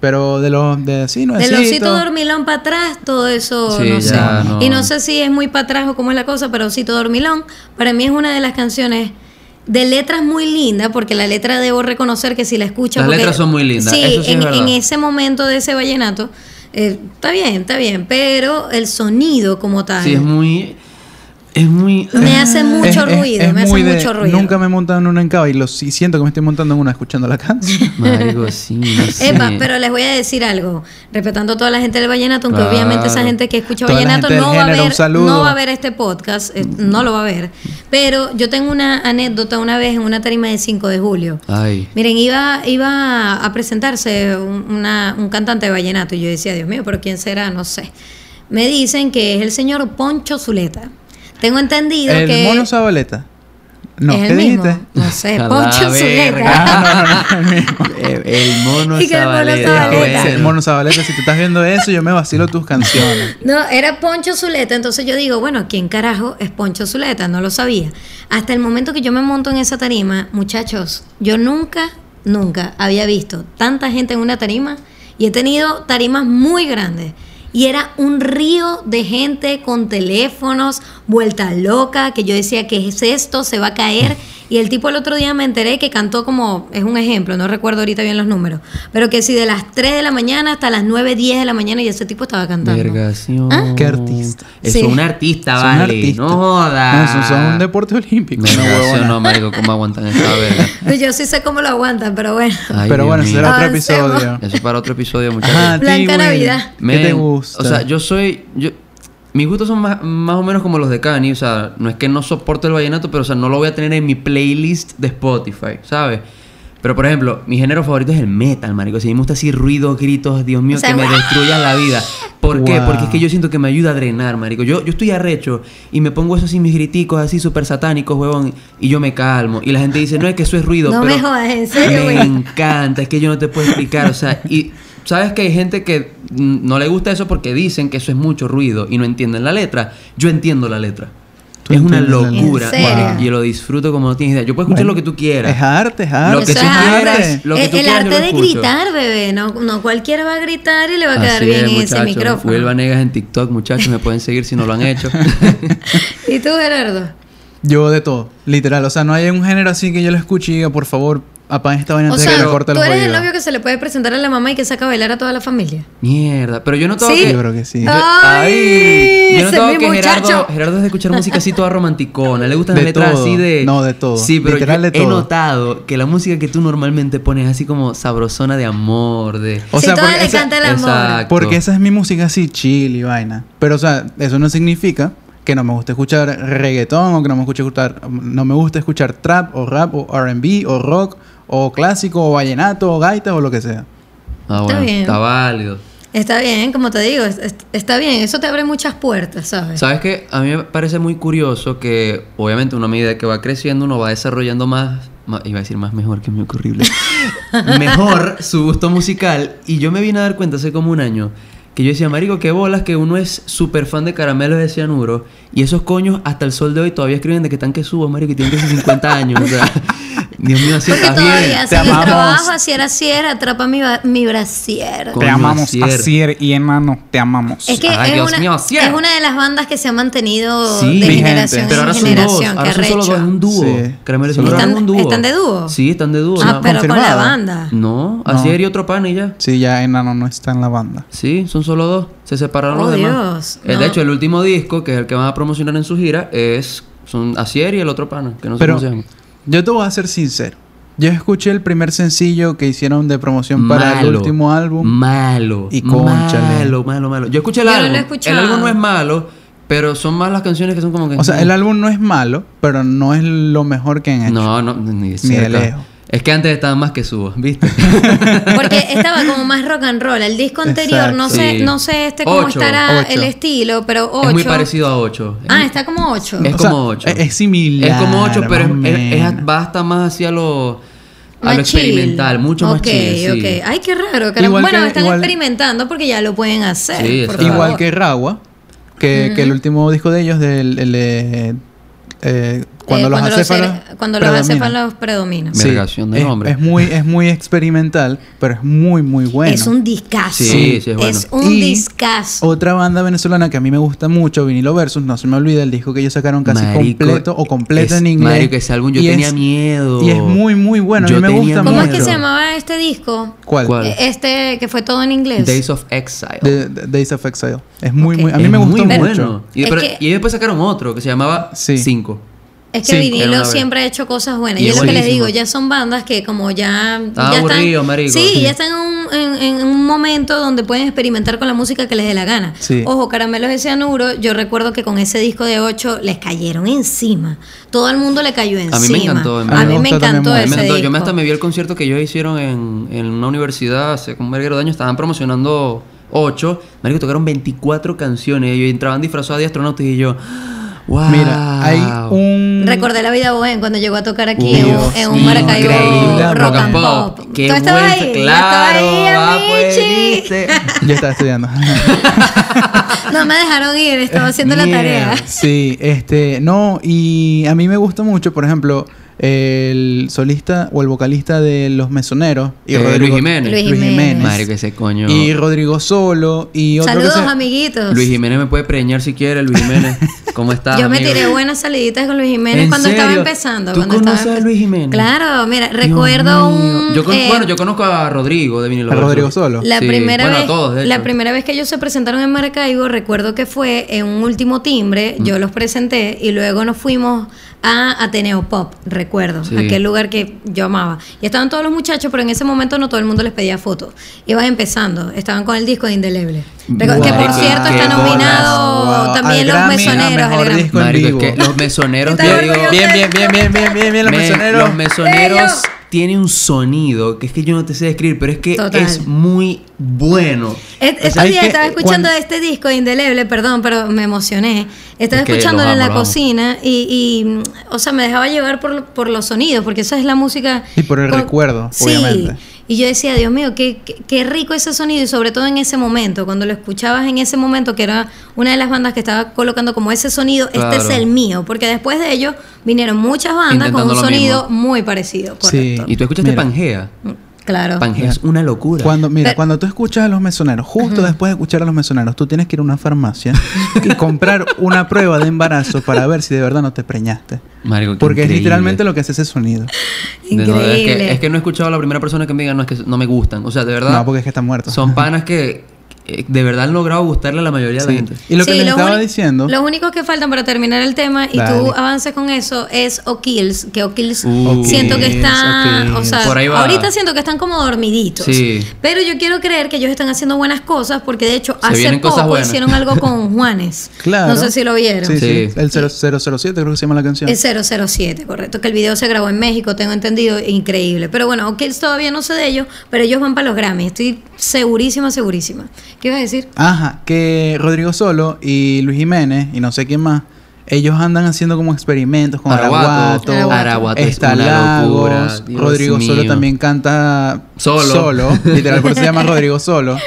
S2: Pero de los de sí, no
S3: Del osito dormilón para atrás, todo eso,
S1: Sí,
S3: no sé.
S1: ya, no.
S3: Y no sé si es muy para atrás o cómo es la cosa, pero osito dormilón, para mí es una de las canciones de letras muy lindas, porque la letra debo reconocer que si la escuchas.
S1: Las
S3: porque-
S1: letras son muy lindas,
S3: Sí,
S1: eso sí es
S3: en,
S1: verdad.
S3: en ese momento de ese vallenato, eh, está bien, está bien, pero el sonido como tal.
S1: Sí, es muy. Es muy. eh,
S3: Me hace mucho
S2: Es- es-
S3: ruido,
S2: es
S3: me hace
S2: muy de-
S3: mucho ruido.
S2: Nunca me he montado en una encaba y, lo, y siento que me estoy montando en una escuchando la canción.
S1: Marico, sí, no sé.
S3: Epa, pero les voy a decir algo, respetando a toda la gente del vallenato, aunque
S1: Claro.
S3: obviamente esa gente que escucha
S2: Toda la
S3: vallenato
S2: gente del
S3: no va, a
S2: género, un
S3: ver,
S2: saludo.
S3: no va a ver este podcast, eh, no lo va a ver. Pero yo tengo una anécdota una vez en una tarima de 5 de julio.
S1: Ay.
S3: Miren, iba, iba a presentarse un, una- un cantante de vallenato y yo decía, Dios mío, pero ¿quién será? No sé. Me dicen que es el señor Poncho Zuleta. Tengo entendido
S2: el
S3: que...
S2: mono Zabaleta. No,
S3: es
S2: ¿qué
S3: el mismo.
S2: dijiste?
S3: No sé,
S1: A la
S3: Poncho
S1: verga.
S3: Zuleta.
S2: Ah,
S1: El- El mono
S3: Y que el mono
S1: Zabaleta.
S3: Zabaleta.
S1: bueno.
S2: El mono Zabaleta, si te estás viendo eso, yo me vacilo tus canciones.
S3: No, era Poncho Zuleta, entonces yo digo, bueno, ¿quién carajo es Poncho Zuleta? No lo sabía. Hasta el momento que yo me monto en esa tarima, muchachos, yo nunca, nunca había visto tanta gente en una tarima y he tenido tarimas muy grandes. Y era un río de gente con teléfonos, vuelta loca, que yo decía, ¿qué es esto? Se va a caer. Y el tipo el otro día me enteré que cantó como, es un ejemplo, no recuerdo ahorita bien los números, pero que si de las 3 de la mañana hasta las 9, 10 de la mañana y ese tipo estaba cantando.
S1: Vergación.
S3: ¿Ah?
S2: Qué artista.
S1: Es
S3: Sí.
S1: un artista,
S2: Son
S1: vale.
S2: artistas.
S1: No
S2: No,
S1: jodas.
S2: son, son un deporte olímpico.
S1: No,
S2: una huevona.
S1: no, marico, ¿cómo aguantan esa verga?
S3: Pues Yo sí sé cómo lo aguantan, pero bueno.
S1: Ay,
S2: Pero
S1: Dios
S2: bueno,
S1: mío.
S2: será otro
S3: Avancemos.
S2: episodio.
S1: Eso es para otro episodio,
S2: Ajá,
S1: muchachos.
S2: a ti,
S3: Blanca
S2: Willy,
S3: Navidad.
S2: ¿Qué te
S1: Men,
S2: gusta?
S1: O sea, yo soy. Yo, mis gustos son más, más o menos como los de Cani. O sea, no es que no soporte el vallenato, pero o sea, no lo voy a tener en mi playlist de Spotify, ¿sabes? Pero por ejemplo, mi género favorito es el metal, marico. Si a mí me gusta así ruidos, gritos, Dios mío,
S3: O sea,
S1: que me
S3: ¡guau!
S1: destruyan la vida. ¿Por qué?
S2: Wow.
S1: Porque es que yo siento que me ayuda a drenar, marico. Yo, yo estoy arrecho y me pongo eso así, mis griticos así súper satánicos, huevón, y yo me calmo. Y la gente dice, no, es que eso es ruido.
S3: No
S1: pero
S3: me jodas, en serio,
S1: me
S3: güey.
S1: encanta, es que yo no te puedo explicar, o sea, y sabes que hay gente que mm, no le gusta eso porque dicen que eso es mucho ruido y no entienden la letra. Yo entiendo la letra.
S2: Tú
S1: Es una
S2: entiendes la letra.
S1: locura.
S3: ¿En serio?
S1: Y lo disfruto como no tienes idea. Yo puedo escuchar
S2: Bueno,
S1: lo que tú quieras.
S2: Es arte, es arte.
S1: Lo que
S3: Eso
S1: tú
S3: es arte.
S1: quieras, lo que
S3: el
S1: tú
S3: el
S1: quieras, yo
S3: arte
S1: lo
S3: de
S1: escucho.
S3: gritar, bebé. No, no cualquiera va a gritar y le va a quedar
S1: Así
S3: bien
S1: es,
S3: ese
S1: muchachos.
S3: micrófono.
S1: Huelva Negas en TikTok, muchachos. Me pueden seguir si no lo han hecho.
S3: ¿Y tú, Gerardo?
S2: Yo de todo, literal. O sea, no hay un género así que yo lo escuche y diga, por favor, apaga esta vaina
S3: O
S2: antes de
S3: sea,
S2: que le corte
S3: tú
S2: los
S3: eres el
S2: oídos.
S3: novio que se le puede presentar a la mamá y que saca a bailar a toda la familia.
S1: Mierda. Pero yo no tengo
S3: Sí.
S1: que.
S2: Yo creo que sí.
S1: Yo-
S3: Ay,
S1: Yo
S3: ese
S1: no
S3: es
S1: tengo
S3: mi
S1: que Gerardo.
S3: muchacho.
S1: Gerardo es de escuchar música así toda romanticona. Le gustan
S2: De
S1: las letras
S2: todo.
S1: así de.
S2: No, de todo.
S1: Sí, pero
S2: Literal
S1: yo
S2: de
S1: he
S2: todo.
S1: notado que la música que tú normalmente pones así como sabrosona de amor, de. ah,
S2: O
S3: si
S2: sea,
S3: todo
S2: porque
S3: le
S2: esa-
S3: canta el amor.
S1: Exacto.
S2: Porque esa es mi música así chill y vaina. Pero, o sea, eso no significa que no me guste escuchar reggaetón o que no me guste escuchar, no me gusta escuchar trap o rap o RB o rock o clásico o vallenato o gaita o lo que sea.
S1: Ah, bueno,
S3: Está bien.
S1: está válido.
S3: Está bien, como te digo, es- es- está bien. Eso te abre muchas puertas, ¿sabes?
S1: ¿Sabes qué? A mí me parece muy curioso que, obviamente, una medida que va creciendo, uno va desarrollando más, ma- iba a decir más mejor que es muy horrible, mejor su gusto musical. Y yo me vine a dar cuenta hace como un año que yo decía, Marico, qué bolas que uno es súper fan de caramelos de cianuro y esos coños hasta el sol de hoy todavía escriben de que están que subo, Marico, y tienen casi 50 años. O sea, Dios mío, así
S3: Porque
S1: estás bien.
S3: todavía
S2: te
S3: así yo
S2: amamos.
S3: trabajo, así era, así era, atrapa mi, ba- mi brasier.
S1: Coño, cierto.
S2: y enano, te amamos.
S3: Es que
S1: Ay,
S3: es,
S1: Dios
S3: una,
S1: mío,
S3: es
S1: cierra.
S3: una de las bandas que se ha mantenido
S1: Sí,
S3: de
S2: vigente.
S3: generación
S1: Pero ahora
S3: en
S1: son dos,
S3: generación,
S1: ahora
S3: que
S1: son solo dos, es un dúo.
S2: Sí.
S1: Caramelos de
S2: Sí.
S1: cianuro es
S3: ¿Están-
S1: un dúo.
S3: están de dúo?
S1: Sí, están de dúo.
S3: Ah,
S1: nada
S3: pero con la
S2: confirmada.
S3: banda.
S1: No,
S2: No.
S1: así era y otro pan y ya.
S2: Sí, ya enano no está en la banda.
S1: Sí, son solo dos. Se separaron
S3: Oh,
S1: los
S3: Dios,
S1: demás. Eh,
S3: no.
S1: De hecho, el último disco, que es el que van a promocionar en su gira, es son Asier y el otro pana, que no sé
S2: Pero
S1: cómo se llama.
S2: yo te voy a ser sincero. Yo escuché el primer sencillo que hicieron de promoción para el
S1: Malo.
S2: último álbum.
S1: Malo.
S2: Y cónchale.
S1: Malo, malo, malo. Yo escuché el
S3: Yo no lo he
S1: álbum.
S3: escuchado.
S1: El álbum no es malo, pero son más las canciones que son como que.
S2: O sea, el álbum no es malo, pero no es lo mejor que han hecho.
S1: No, no, ni de
S2: Ni de
S1: cerca.
S2: lejos.
S1: Es que antes estaban más que subos, ¿viste?
S3: Porque estaba como más rock and roll. El disco anterior, no
S1: Exacto.
S3: sé,
S1: Sí.
S3: no sé este cómo
S1: Ocho,
S3: estará
S2: ocho.
S3: el estilo, pero 8.
S1: es muy parecido a 8.
S3: Ah, está como 8.
S1: Es
S2: O
S1: como ocho.
S2: Es, es similar.
S1: Es como 8, pero es,
S2: más o
S1: es- es-
S2: menos.
S1: va hasta más hacia lo, a lo experimental, mucho más chill. sí.
S3: Ok, ok. Ay, qué raro. que la-
S2: Igual
S3: bueno,
S2: que-
S3: están
S2: igual-
S3: experimentando porque ya lo pueden hacer.
S1: Sí,
S3: por
S1: exacto.
S3: favor. Eh,
S2: Igual que Rawa, que, que el último disco de ellos, del, el, eh, eh, cuando
S3: Eh,
S2: los acéfalos.
S3: cere- Cuando los
S2: predominan.
S3: acéfalos predominan.
S1: Sí. Vergación de
S2: es,
S1: nombre.
S2: es muy, es muy experimental, pero es muy, muy bueno.
S3: Es un discazo.
S1: Sí, sí, es bueno.
S3: Es un
S2: Y
S3: discazo.
S2: Otra banda venezolana que a mí me gusta mucho, Vinilo Versus, no se me olvida el disco que ellos sacaron casi
S1: Marico,
S2: completo o completo
S1: es-
S2: en inglés.
S1: marico, ese álbum yo
S2: Y
S1: tenía
S2: es-
S1: miedo.
S2: Y es muy, muy bueno.
S1: Yo
S2: a mí me
S1: tenía
S2: gusta
S3: ¿Cómo es
S2: mucho.
S3: que se llamaba este disco?
S2: ¿Cuál?
S1: ¿Cuál?
S3: Eh, Este que fue todo en inglés.
S1: Days of Exile.
S2: De- de- Days of Exile. Es muy,
S3: Ok.
S2: muy. A mí
S1: Es
S2: me gustó
S1: muy
S2: mucho.
S1: bueno. Y,
S3: Es
S1: pero-
S3: que-
S1: y después sacaron otro que se llamaba
S2: Sí.
S1: 5.
S3: Es que
S2: Sí,
S1: era una
S3: Vinilo
S1: vez.
S3: siempre ha hecho cosas buenas.
S1: Y
S3: Y, es
S1: es
S3: lo que les
S1: buenísimo.
S3: digo, ya son bandas que como ya...
S1: Está
S3: ya
S1: aburrido, marico.
S3: Sí,
S1: Sí.
S3: ya están en un, en- en un momento donde pueden experimentar con la música que les dé la gana.
S2: Sí.
S3: Ojo, Caramelos de Cianuro, yo recuerdo que con ese disco de 8 les cayeron encima. Todo el mundo le cayó encima.
S1: me encantó,
S3: A
S1: en
S3: mí,
S1: verdad.
S2: Me
S3: me
S2: gustó también
S3: encantó
S2: mucho.
S3: ese
S2: Me
S1: Yo
S3: disco.
S1: me hasta me vi el concierto que ellos hicieron en, en una universidad hace como un verguero de años. Estaban promocionando 8. Marico, tocaron 24 canciones. Ellos entraban disfrazados de astronautas y yo... ¡Wow!
S2: Mira, hay
S1: Mm.
S2: un.
S3: Recordé la vida bohem cuando llegó a tocar aquí
S2: Dios
S3: en un- en un
S2: mío,
S3: Maracaibo
S2: increíble,
S3: Rock and Pop.
S1: Qué
S3: Tú estabas
S1: buen-
S3: ahí, yo estaba
S1: claro,
S3: ahí,
S1: ah, pues,
S3: Amichi.
S1: viste.
S2: Yo estaba estudiando.
S3: No me dejaron ir, estaba haciendo la
S1: Mierda.
S3: tarea.
S2: sí, este. No, y a mí me gusta mucho, por ejemplo, el solista o el vocalista de Los Mesoneros. Y
S1: Eh,
S2: Rodrigo-
S1: Luis Jiménez.
S3: Luis
S2: Luis Jiménez.
S3: Jiménez.
S1: Marico, este ese coño...
S2: Y Rodrigo Solo. Y otro
S3: Saludos,
S2: que se-
S3: amiguitos.
S1: Luis Jiménez me puede preñar si quiere, Luis Jiménez. ¿Cómo estás?
S3: Yo me
S1: amigo?
S3: tiré buenas saliditas con Luis Jiménez
S1: ¿En
S3: cuando estaba
S1: serio?
S3: empezando.
S1: ¿Tú
S3: cuando
S1: conoces
S3: estaba
S1: a
S3: empe-
S1: Luis Jiménez?
S3: Claro, mira,
S1: Dios
S3: recuerdo
S1: mío.
S3: un.
S1: Yo con-
S3: eh,
S1: bueno, yo conozco a Rodrigo de Vinilo
S2: A Rodrigo
S1: Versus.
S2: Solo.
S3: La
S1: Sí,
S3: primera
S1: bueno,
S3: vez,
S1: a todos, de hecho.
S3: la primera vez que ellos se presentaron en Maracaibo, recuerdo que fue en un último timbre,
S1: Mm.
S3: yo los presenté y luego nos fuimos a Ateneo Pop, recuerdo,
S1: Sí.
S3: aquel lugar que yo amaba. Y estaban todos los muchachos, pero en ese momento no todo el mundo les pedía fotos. Ibas empezando, estaban con el disco de Indeleble. Recu-
S1: Guau,
S3: que por
S1: qué
S3: cierto está
S1: bolas.
S3: nominado
S2: Wow.
S3: también
S2: Al
S3: los
S2: Grammy, a
S3: mesoneros.
S2: mejor
S3: al Grammy.
S2: disco en
S1: Marico,
S2: vivo.
S1: es que los mesoneros,
S3: Está
S1: te
S3: orgulloso.
S1: digo,
S2: Bien, bien, bien, bien, bien, bien, bien, los
S1: men,
S2: mesoneros.
S1: los mesoneros
S3: Ellos.
S1: tienen un sonido que es que yo no te sé describir, pero es que
S3: Total.
S1: es muy bueno.
S3: Es- Estos
S2: hay
S3: días
S2: que-
S3: estaba escuchando
S2: cuando-
S3: este disco de Indeleble, perdón, pero me emocioné. Estaba
S1: Es que
S3: escuchándolo
S1: los
S3: en
S1: amo,
S3: la
S1: los amo.
S3: cocina y, y, mm, o sea, me dejaba llevar por, por los sonidos, porque esa es la música.
S2: Y por el
S3: con-
S2: recuerdo,
S3: Sí.
S2: obviamente.
S3: Y yo decía, Dios mío, qué, qué, qué rico ese sonido, y sobre todo en ese momento, cuando lo escuchabas en ese momento, que era una de las bandas que estaba colocando como ese sonido,
S1: Claro.
S3: este es el mío, porque después de ello vinieron muchas bandas con
S1: Intentando
S3: un
S1: lo
S3: sonido
S1: mismo.
S3: muy parecido,
S2: Sí.
S3: correcto.
S1: Y tú escuchaste
S2: Mira.
S1: Pangea.
S3: Claro.
S1: Pangea es una locura.
S2: Cuando, mira,
S3: Pero-
S2: cuando tú escuchas a los mesoneros, justo después de escuchar a los mesoneros, tú tienes que ir a una farmacia y comprar una prueba de embarazo para ver si de verdad no te preñaste.
S1: Marico, qué
S2: Porque es
S1: increíble.
S2: literalmente lo que hace ese sonido.
S1: De
S3: Increíble.
S1: no, es, que, es que no he escuchado a la primera persona que me diga, no, es que no me gustan. O sea, de verdad.
S2: No, porque es que está muerto.
S1: Son panas que eh, de verdad han logrado gustarle a la mayoría de la gente.
S2: Y lo que
S3: Sí,
S2: les
S3: los
S2: estaba
S3: uni-
S2: diciendo.
S3: Los únicos que faltan para terminar el tema y
S2: Dale.
S3: tú avances con eso es O'Kills, que O'Kills
S1: Uh,
S3: siento que
S2: O'Kills,
S3: está, o
S2: O'Kills.
S3: sea,
S1: Por ahí va.
S3: ahorita siento que están como dormiditos.
S1: Sí.
S3: Pero yo quiero creer que ellos están haciendo buenas cosas porque de hecho
S1: Se
S3: hace
S1: vienen cosas
S3: poco
S1: buenas.
S3: hicieron algo con Juanes.
S2: Claro.
S3: No sé si lo vieron.
S2: Sí, sí.
S1: Sí.
S2: El 007 creo que se llama la canción.
S3: Es 007, correcto. Que el video se grabó en México, tengo entendido, increíble. Pero bueno, O'Kills todavía no sé de ellos, pero ellos van para los Grammy. Estoy segurísima, segurísima. ¿Qué ibas a decir?
S2: Ajá, que Rodrigo Solo y Luis Jiménez y no sé quién más, ellos andan haciendo como experimentos con
S1: Araguato.
S2: Araguato,
S3: Araguato.
S1: Araguato es
S2: está
S1: una
S2: Lagos,
S1: locura, Dios
S2: Rodrigo Solo
S1: mío.
S2: también canta
S1: Solo.
S2: literal, por eso se llama Rodrigo Solo.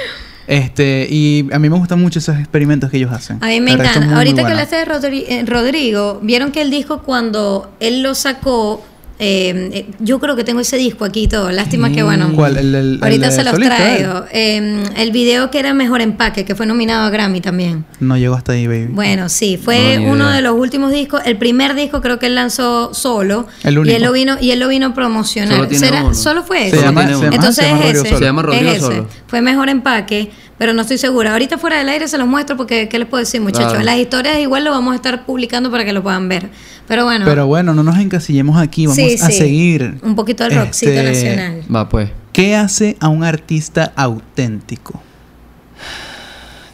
S2: Este, y a mí me gustan mucho esos experimentos que ellos hacen.
S3: A mí me
S2: La verdad son
S3: encanta.
S2: muy, muy
S3: Ahorita que
S2: buenos.
S3: hablaste de Rodri- eh, Rodrigo, vieron que el disco cuando él lo sacó, eh, eh, yo creo que tengo ese disco aquí y todo. Lástima que bueno.
S2: ¿Cuál? El- el- el
S3: ahorita
S2: de
S3: se los
S2: solista,
S3: traigo. Eh, el video que era Mejor Empaque, que fue nominado a Grammy también.
S2: No llegó hasta ahí, baby.
S3: Bueno, sí, fue
S1: No, ni idea.
S3: uno de los últimos discos. El primer disco creo que él lanzó solo.
S2: El único.
S3: Y él lo vino, y él lo vino a promocionar.
S1: Solo tiene
S3: ¿Será-
S1: uno.
S3: solo fue
S2: se
S3: ese?
S2: llama,
S1: tiene
S2: se
S1: uno.
S2: llama-
S3: Entonces este,
S2: se llama
S3: es
S1: Se llama Rodrigo
S2: Rodrigo Solo.
S3: ese. es ese.
S1: Solo.
S3: Fue mejor empaque, pero no estoy segura. Ahorita fuera del aire se los muestro porque, ¿qué les puedo decir, muchachos?
S1: Claro.
S3: Las historias igual lo vamos a estar publicando para que lo puedan ver. Pero bueno.
S2: Pero bueno, no nos encasillemos aquí, vamos
S3: sí,
S2: a
S3: sí.
S2: seguir.
S3: Un poquito de rockcito
S2: Este,
S3: nacional.
S1: Va, pues.
S2: ¿Qué hace a un artista auténtico?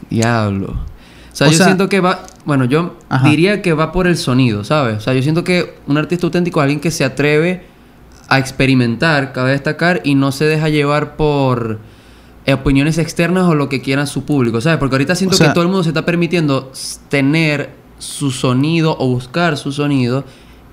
S1: Diablo. O sea,
S2: O
S1: yo
S2: sea-
S1: siento que va. Bueno, yo
S2: Ajá.
S1: diría que va por el sonido, ¿sabes? O sea, yo siento que un artista auténtico es alguien que se atreve a experimentar, cabe destacar, y no se deja llevar por eh, opiniones externas o lo que quiera su público, ¿sabes? Porque ahorita siento
S2: O sea-
S1: que todo el mundo se está permitiendo s- tener su sonido o buscar su sonido.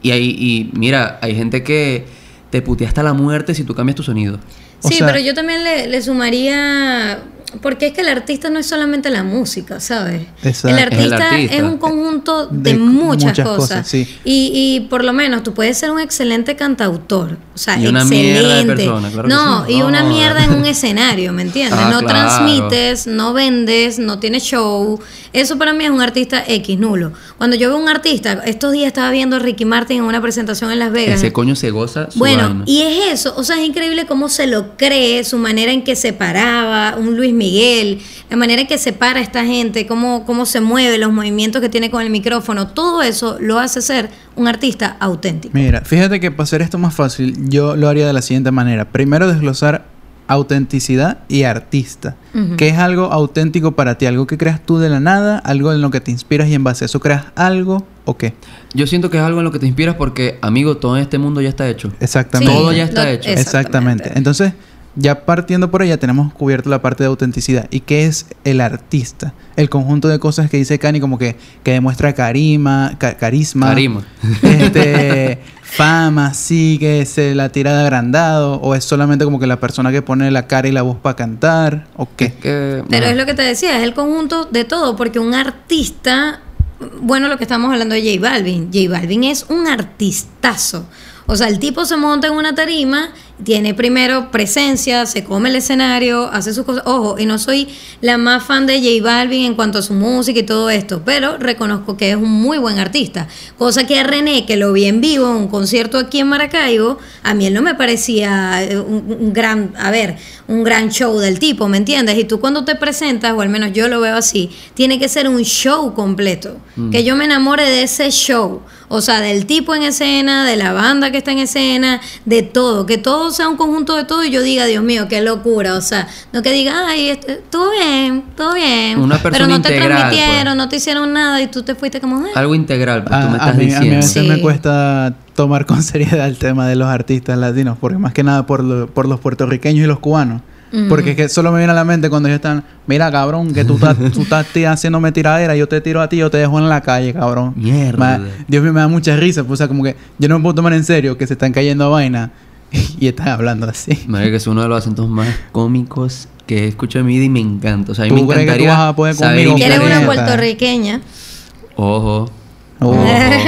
S1: Y ahí, y mira, hay gente que te putea hasta la muerte si tú cambias tu sonido.
S2: O
S3: Sí,
S2: sea-
S3: pero yo también le, le sumaría. Porque es que el artista no es solamente la música, ¿sabes?
S2: Exacto. Es
S3: El
S2: el
S3: artista es,
S1: artista.
S3: un conjunto de,
S2: De
S3: muchas,
S2: muchas
S3: cosas.
S2: cosas, sí.
S3: y, y por lo menos tú puedes ser un excelente cantautor. O sea,
S1: Y una
S3: excelente.
S1: mierda de persona, claro que
S3: no,
S1: sí.
S3: y
S1: No,
S3: una
S1: no, no.
S3: mierda en un escenario, ¿me entiendes?
S1: Ah,
S3: no
S1: claro.
S3: transmites, no vendes, no tienes show. Eso para mí es un artista X nulo. Cuando yo veo un artista, estos días estaba viendo a Ricky Martin en una presentación en Las Vegas.
S1: Ese coño se goza su
S3: Bueno,
S1: vaina.
S3: y es eso, o sea, es increíble cómo se lo cree, su manera en que se paraba, un Luis Miguel, la manera en que se para esta gente, cómo, cómo se mueve, los movimientos que tiene con el micrófono, todo eso lo hace ser un artista auténtico.
S2: Mira, fíjate que para hacer esto más fácil, yo lo haría de la siguiente manera. Primero desglosar autenticidad y artista.
S3: Ujú.
S2: ¿Qué es algo auténtico para ti? ¿Algo que creas tú de la nada? ¿Algo en lo que te inspiras y en base a eso creas algo o qué?
S1: Yo siento que es algo en lo que te inspiras porque, amigo, todo en este mundo ya está hecho.
S2: Exactamente.
S1: Todo ya está
S3: lo-
S1: hecho.
S2: Exactamente. Entonces, ya partiendo por ahí, ya tenemos cubierto la parte de autenticidad. ¿Y qué es el artista? El conjunto de cosas que dice Cani, como que, que demuestra carima, ca- carisma.
S1: Carisma.
S2: Este, fama, sí, que se la tira de agrandado. O es solamente como que la persona que pone la cara y la voz para cantar. ¿O qué?
S1: Es que-
S3: Pero
S1: ajá.
S3: es lo que te decía, es el conjunto de todo, porque un artista, bueno, lo que estamos hablando de J Balvin, J Balvin es un artistazo. O sea, el tipo se monta en una tarima, tiene primero presencia, se come el escenario, hace sus cosas. Ojo, y no soy la más fan de J Balvin en cuanto a su música y todo esto, pero reconozco que es un muy buen artista. Cosa que a René, que lo vi en vivo en un concierto aquí en Maracaibo, a mí él no me parecía eh, un, un gran, a ver, un gran show del tipo, ¿me entiendes? Y tú cuando te presentas, o al menos yo lo veo así, tiene que ser un show completo.
S1: Mm.
S3: Que yo me enamore de ese show. O sea, del tipo en escena, de la banda que está en escena, de todo. Que todo sea un conjunto de todo y yo diga, Dios mío, qué locura. O sea, no que diga, ay, este- todo bien, todo bien.
S1: Una
S3: Pero no
S1: persona
S3: te
S1: integral,
S3: transmitieron,
S1: pues.
S3: no te hicieron nada y tú te fuiste como... "Ah".
S1: Algo integral, pues,
S2: A,
S1: tú me
S2: a
S1: estás
S2: mí, a mí a
S1: diciendo.
S2: veces
S3: Sí.
S2: me cuesta tomar con seriedad el tema de los artistas latinos, porque más que nada por, lo- por los puertorriqueños y los cubanos. Porque es que solo me viene a la mente cuando ellos están, mira cabrón, que tú estás, tú estás ti- haciéndome tiradera, yo te tiro a ti, yo te dejo en la calle, cabrón.
S1: Mierda.
S2: Ma- Dios mío, me da mucha risa, pues, o sea, como que yo no me puedo tomar en serio que se están cayendo a vaina y están hablando así.
S1: Marico, que es uno de los acentos más cómicos que escucho en mi vida y me encanta. O sea, a mí me
S2: ¿Tú crees que tú
S1: encantaría.
S2: vas a poder
S1: saber
S2: conmigo?
S1: imitar
S3: Eres una
S1: eso.
S2: puerta-
S3: puertorriqueña.
S1: Ojo.
S2: Oh,
S1: Ojo.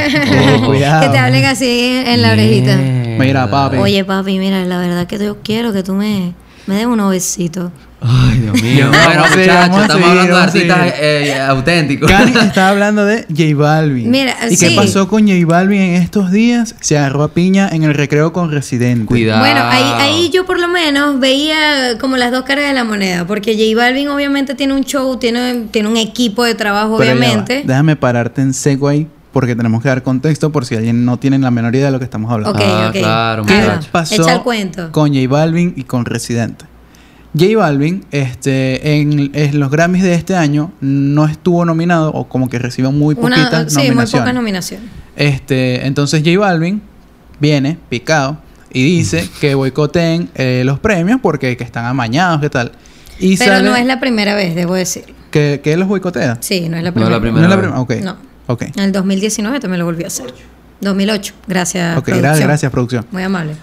S2: cuidado.
S3: que te hablen así en la orejita.
S2: Mira, papi.
S3: Oye, papi, mira, la verdad que yo quiero que tú me, me des un ovecito.
S1: Ay, Dios mío.
S2: Vamos
S1: bueno,
S2: a seguir,
S1: muchachos,
S2: vamos a
S1: estamos
S2: seguir,
S1: hablando de
S2: vamos a seguir.
S1: artistas eh, eh, auténticos.
S2: Cani está hablando de J Balvin.
S3: Mira,
S2: ¿Y qué
S3: sí.
S2: pasó con J Balvin en estos días? Se agarró a piña en el recreo con Residente.
S1: Cuidado.
S3: Bueno, ahí, ahí yo por lo menos veía como las dos caras de la moneda, porque J Balvin obviamente tiene un show, tiene, tiene un equipo de trabajo,
S2: Pero ya va,
S3: obviamente.
S2: Déjame pararte en seco ahí porque tenemos que dar contexto por si alguien no tiene la menor idea de lo que estamos hablando.
S3: Ok,
S1: Ah,
S3: ok.
S1: claro,
S2: ¿Qué
S1: Ah,
S3: Ajá.
S2: pasó
S3: Echa el cuento.
S2: con J Balvin y con Residente? J Balvin, este, en, en los Grammys de este año, no estuvo nominado, o como que recibió muy
S3: Una-
S2: poquitas
S3: sí, muy
S2: nominaciones.
S3: pocas nominaciones.
S2: Este, entonces J Balvin viene picado y dice que boicoteen eh, los premios porque que están amañados, ¿qué tal? Y
S3: Pero
S2: sale
S3: no es la primera vez, debo decir.
S2: que, que él los boicotea.
S3: Sí, no es la
S1: No es la
S3: primera.
S2: no es la
S1: primera
S2: primera, ok.
S3: No.
S2: Ok,
S3: En el 2019 también lo volví a hacer. 2008. Gracias.
S2: ok, gra-
S3: Ah, producción.
S2: gracias producción.
S3: Muy amable.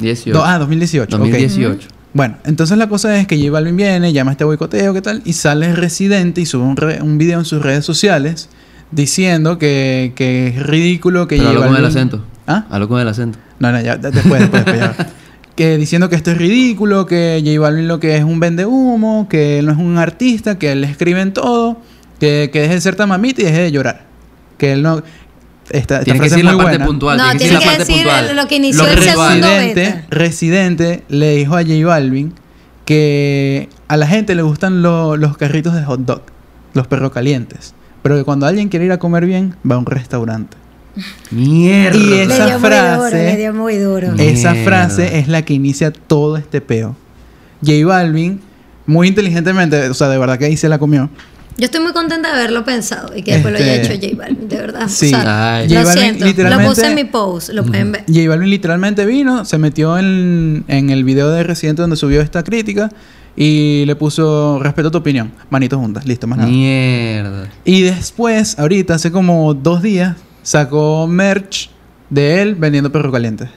S1: 18.
S2: Do- ah, 2018. ok.
S1: 2018.
S2: Bueno, entonces la cosa es que J Balvin viene, llama a este boicoteo, ¿qué tal? Y sale Residente y sube un, re- un video en sus redes sociales diciendo que, que es ridículo que
S1: Pero
S2: J
S1: hablo con el
S2: Balvin-
S1: acento.
S2: ¿Ah?
S1: Hablo con el acento.
S2: No, no, ya, de- después, después, después, ya. Que diciendo que esto es ridículo, que J Balvin lo que es un vende humo, que él no es un artista, que él escribe en todo, que, que deje de ser tan mamita y deje de llorar. Que él no. Esta, esta
S1: Tienes que
S2: frase
S1: decir
S2: es
S1: la
S2: muy
S1: parte
S2: buena.
S1: puntual.
S3: No,
S1: tienes
S3: tienes
S1: la
S3: que
S1: parte
S3: decir
S1: puntual.
S3: lo que inició
S1: Los
S3: el
S1: rituales.
S3: segundo
S2: Residente,
S3: beta.
S2: Residente le dijo a J Balvin que a la gente le gustan lo- los carritos de hot dog, los perros calientes. Pero que cuando alguien quiere ir a comer bien, va a un restaurante.
S1: Mierda.
S2: Y
S3: Le
S2: esa
S3: dio muy duro,
S2: frase- Eh.
S3: le dio muy duro.
S1: Mm.
S2: Esa
S1: Mierda.
S2: frase es la que inicia todo este peo. J Balvin, muy inteligentemente, o sea, de verdad que ahí se la comió.
S3: Yo estoy muy contenta de haberlo pensado y que después lo haya
S2: Este-
S3: hecho J Balvin, de verdad.
S2: Sí.
S3: O sea,
S1: Ay.
S3: lo
S2: J Balvin
S3: siento.
S2: literalmente-
S3: Lo puse en mi post, lo pueden ver.
S2: J Balvin literalmente vino, se metió en, en el video de Residente donde subió esta crítica y le puso respeto a tu opinión, manitos juntas, listo, más nada.
S1: Mierda.
S2: Y después, ahorita, hace como dos días, sacó merch de él vendiendo perro caliente.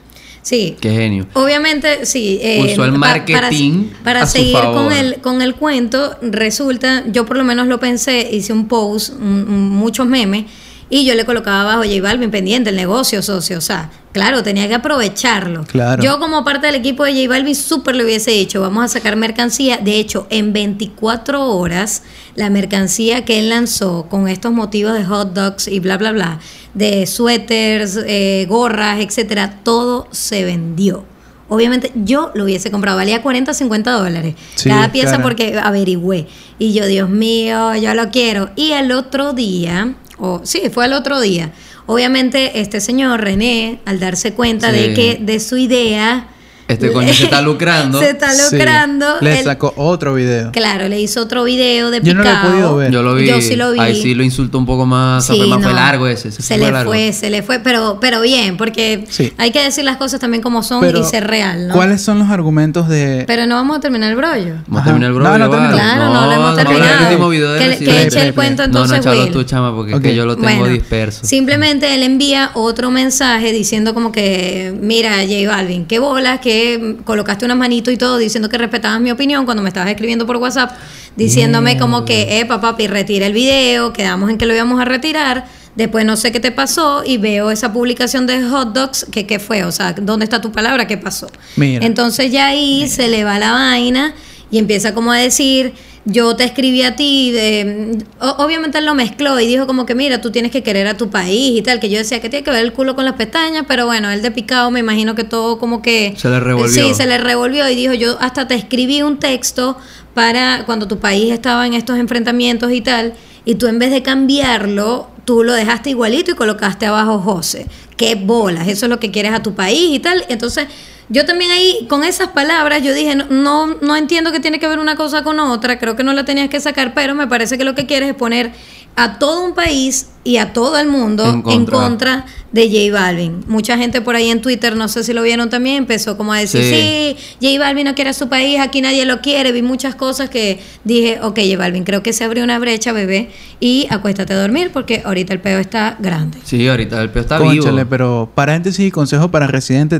S3: Sí.
S1: Qué genio.
S3: Obviamente, sí. eh,
S1: Usó el
S3: pa- para-
S1: marketing
S3: Para,
S1: a su
S3: seguir
S1: favor.
S3: con el, con el cuento, resulta, yo por lo menos lo pensé, hice un post, un- un- muchos memes, y yo le colocaba abajo J Balvin pendiente, el negocio, socio. O sea, claro, tenía que aprovecharlo.
S2: Claro.
S3: Yo, como parte del equipo de J Balvin, súper lo hubiese dicho. Vamos a sacar mercancía. De hecho, en 24 horas, la mercancía que él lanzó con estos motivos de hot dogs y bla, bla, bla, de suéteres, eh, gorras, etcétera, todo se vendió. Obviamente yo lo hubiese comprado, valía 40, 50 dólares
S2: Sí,
S3: cada pieza
S2: cara.
S3: porque averigüé. Y yo, Dios mío, yo lo quiero. Y al otro día, o sí, fue al otro día, obviamente este señor René, al darse cuenta
S1: Sí.
S3: de que de su idea.
S1: Este coño se está lucrando.
S3: Se está
S2: Sí.
S3: lucrando.
S2: Le
S3: él-
S2: sacó otro video.
S3: Claro, le hizo otro video de
S2: Yo no lo he
S3: picao.
S2: podido ver.
S1: Yo lo vi.
S3: Yo sí lo vi.
S1: Ahí sí lo insultó un poco más. o sea,
S3: Sí,
S1: fue, más
S3: no.
S1: fue largo ese. ese
S3: se
S1: fue
S3: le
S1: largo.
S3: fue, se le fue, pero, pero bien, porque
S2: Sí.
S3: hay que decir las cosas también como son
S2: Pero,
S3: y ser real, ¿no?
S2: ¿Cuáles son los argumentos de...?
S3: Pero no vamos a terminar el brollo.
S1: Vamos a
S2: Ajá.
S1: terminar el
S2: No,
S1: brother,
S2: no
S1: vale.
S2: terminamos.
S3: Claro, no lo hemos
S1: vamos a hablar
S2: terminado.
S1: del último video de
S3: Que- que
S1: Residente.
S2: eche el
S1: No,
S3: cuento
S1: no,
S3: entonces,
S1: echalo
S3: Will.
S1: tú, chama, porque
S2: Ok.
S1: es que yo lo tengo
S3: Bueno,
S1: disperso.
S3: Simplemente él envía otro mensaje diciendo como que, mira, J Balvin, qué bolas, que mm, colocaste unas manitos y todo diciendo que respetabas mi opinión cuando me estabas escribiendo por WhatsApp, diciéndome como que, eh, papi, retira el video, quedamos en que lo íbamos a retirar. Después no sé qué te pasó y veo esa publicación de hot dogs que qué fue, o sea, ¿dónde está tu palabra? ¿Qué pasó?
S2: Mira.
S3: Entonces ya ahí se le va la vaina y empieza como a decir, yo te escribí a ti, de- o- obviamente él lo mezcló y dijo como que mira, tú tienes que querer a tu país y tal, que yo decía que tiene que ver el culo con las pestañas, pero bueno, él de picado me imagino que todo como que...
S1: Se le revolvió.
S3: Sí, se le revolvió y dijo, yo hasta te escribí un texto para cuando tu país estaba en estos enfrentamientos y tal, y tú en vez de cambiarlo, tú lo dejaste igualito y colocaste abajo José. Qué bolas, eso es lo que quieres a tu país y tal. Entonces, yo también ahí, con esas palabras, yo dije, no, no, no entiendo que tiene que ver una cosa con otra, creo que no la tenías que sacar, pero me parece que lo que quieres es poner a todo un país y a todo el mundo
S1: En contra.
S3: En contra contra de J Balvin. Mucha gente por ahí en Twitter, no sé si lo vieron también, empezó como a decir,
S1: Sí.
S3: sí, J Balvin no quiere a su país, aquí nadie lo quiere. Vi muchas cosas que dije, ok, J Balvin, creo que se abrió una brecha, bebé, y acuéstate a dormir porque ahorita el peo está grande.
S1: Sí, ahorita el peo está
S2: Cónchale,
S1: vivo.
S2: pero paréntesis y consejo para Residente,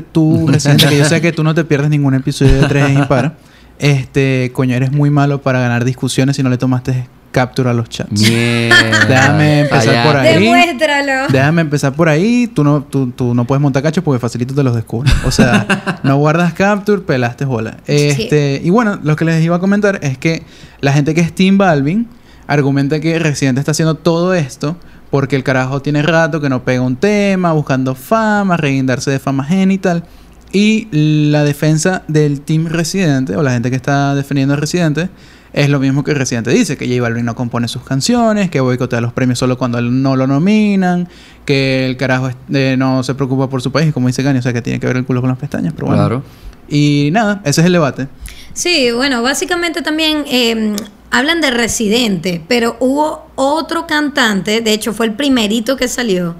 S2: tú, Residente, que yo sé que tú no te pierdes ningún episodio de Tres y Para. Este, coño, eres muy malo para ganar discusiones si no le tomaste captura los chats.
S1: Mierda.
S2: Déjame empezar
S1: Allá.
S2: por ahí.
S3: Demuéstralo.
S2: Déjame empezar por ahí. Tú no, tú, tú no puedes montar cachos porque facilito te los descubren. O sea, no guardas capture, pelaste bola. Este, Y bueno, lo que les iba a comentar es que la gente que es Tim Balvin argumenta que Residente está haciendo todo esto porque el carajo tiene rato que no pega un tema, buscando fama, reguindarse de fama genital. Y la defensa del Team Residente, o la gente que está defendiendo a Residente, es lo mismo que Residente dice, que J Balvin no compone sus canciones, que boicotea los premios solo cuando él no lo nominan, que el carajo es- eh, no se preocupa por su país, como dice Kanye, o sea que tiene que ver el culo con las pestañas, pero bueno.
S1: Claro.
S2: Y nada, ese es el debate.
S3: Sí, bueno, básicamente también eh, hablan de Residente, pero hubo otro cantante, de hecho fue el primerito que salió,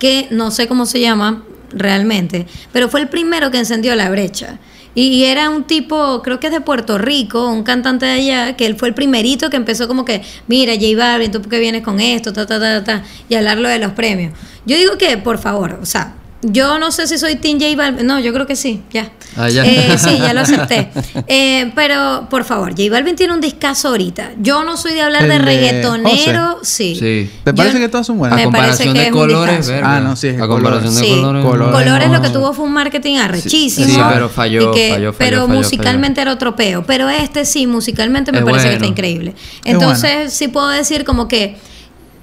S3: que no sé cómo se llama realmente, pero fue el primero que encendió la brecha. Y era un tipo, creo que es de Puerto Rico, un cantante de allá, que él fue el primerito que empezó como que, mira, J Balvin, ¿tú por qué vienes con esto? Ta, ta, ta, ta, y hablarlo de los premios. Yo digo que, por favor, o sea, yo no sé si soy Team J Balvin, no, yo creo que sí, ya.
S1: Ah, ya.
S3: Eh, sí, ya lo acepté. Eh, pero, por favor, J Balvin tiene un discazo ahorita. Yo no soy de hablar
S2: El
S3: de
S2: de
S3: reggaetonero, sí.
S1: Sí.
S2: ¿Te
S3: Yo-
S2: parece que todas son buenas?
S1: A
S3: me parece
S1: comparación
S3: que
S1: de
S3: es un
S1: colores,
S3: discazo.
S1: verga.
S2: Ah, no, sí, es
S1: A
S2: el
S1: comparación
S3: color.
S1: de
S3: Sí.
S1: colores.
S2: Colores.
S3: Colores lo que
S2: no.
S3: tuvo fue un marketing arrechísimo.
S1: Sí, pero falló,
S3: y que-
S1: falló, falló,
S3: Pero
S1: falló,
S3: musicalmente era otro peo. Pero este sí, musicalmente me
S1: Es
S3: parece que
S1: bueno.
S3: está increíble.
S2: Es
S3: Entonces,
S2: bueno.
S3: sí puedo decir como que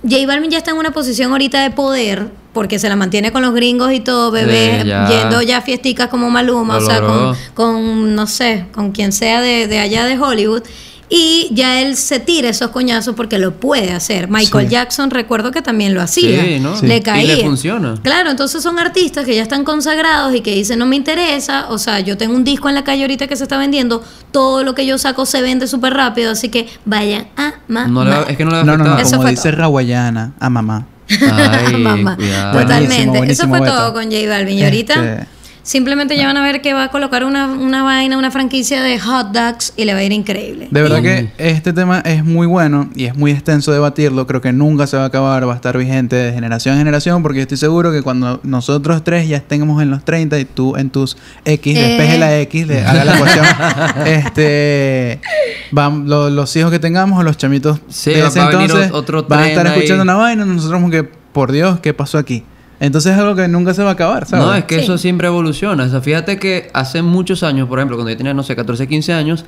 S3: J Balvin ya está en una posición ahorita de poder. Porque se la mantiene con los gringos y todo, bebé,
S1: Sí, ya.
S3: yendo ya a fiesticas como Maluma,
S1: Lo
S3: o sea, con,
S1: logró.
S3: con, no sé, con quien sea de, de allá de Hollywood. Y ya él se tira esos coñazos porque lo puede hacer. Michael
S2: Sí.
S3: Jackson, recuerdo que también lo hacía.
S1: Sí, ¿no?
S2: Sí.
S1: Y
S3: Le
S1: le
S3: caía.
S1: funciona.
S3: Claro, entonces son artistas que ya están consagrados y que dicen, no me interesa, o sea, yo tengo un disco en la calle ahorita que se está vendiendo, todo lo que yo saco se vende súper rápido, así que vayan a mamá.
S1: No le va- es que no le va a
S2: No, no, no,
S1: afectar.
S3: Eso
S2: como
S3: fue
S2: dice
S3: todo.
S2: Rawayana, a mamá.
S1: Ay,
S3: Mamá.
S1: cuidado.
S3: Totalmente.
S2: Buenísimo,
S3: Eso fue
S2: buenísimo, Beto.
S3: todo con J Balvin. Y ahorita
S2: Este-
S3: simplemente ya van a ver que va a colocar una, una vaina, una franquicia de hot dogs y le va a ir increíble.
S2: De verdad que este tema es muy bueno y es muy extenso debatirlo. Creo que nunca se va a acabar, va a estar vigente de generación en generación, porque yo estoy seguro que cuando nosotros tres ya estemos en los 30 y tú en tus X,
S3: Eh.
S2: despeje la X, le haga la ecuación. este, van, lo- los hijos que tengamos o los chamitos
S1: Sí,
S2: de
S1: va-
S2: ese
S1: va a venir
S2: entonces
S1: o- otro
S2: van a
S1: tren
S2: estar escuchando
S1: ahí.
S2: una vaina. Nosotros, como que, por Dios, ¿qué pasó aquí? Entonces es algo que nunca se va a acabar, ¿sabes?
S1: No, es que
S3: Sí.
S1: eso siempre evoluciona. O sea, fíjate que hace muchos años, por ejemplo, cuando yo tenía, no sé, 14, 15 años,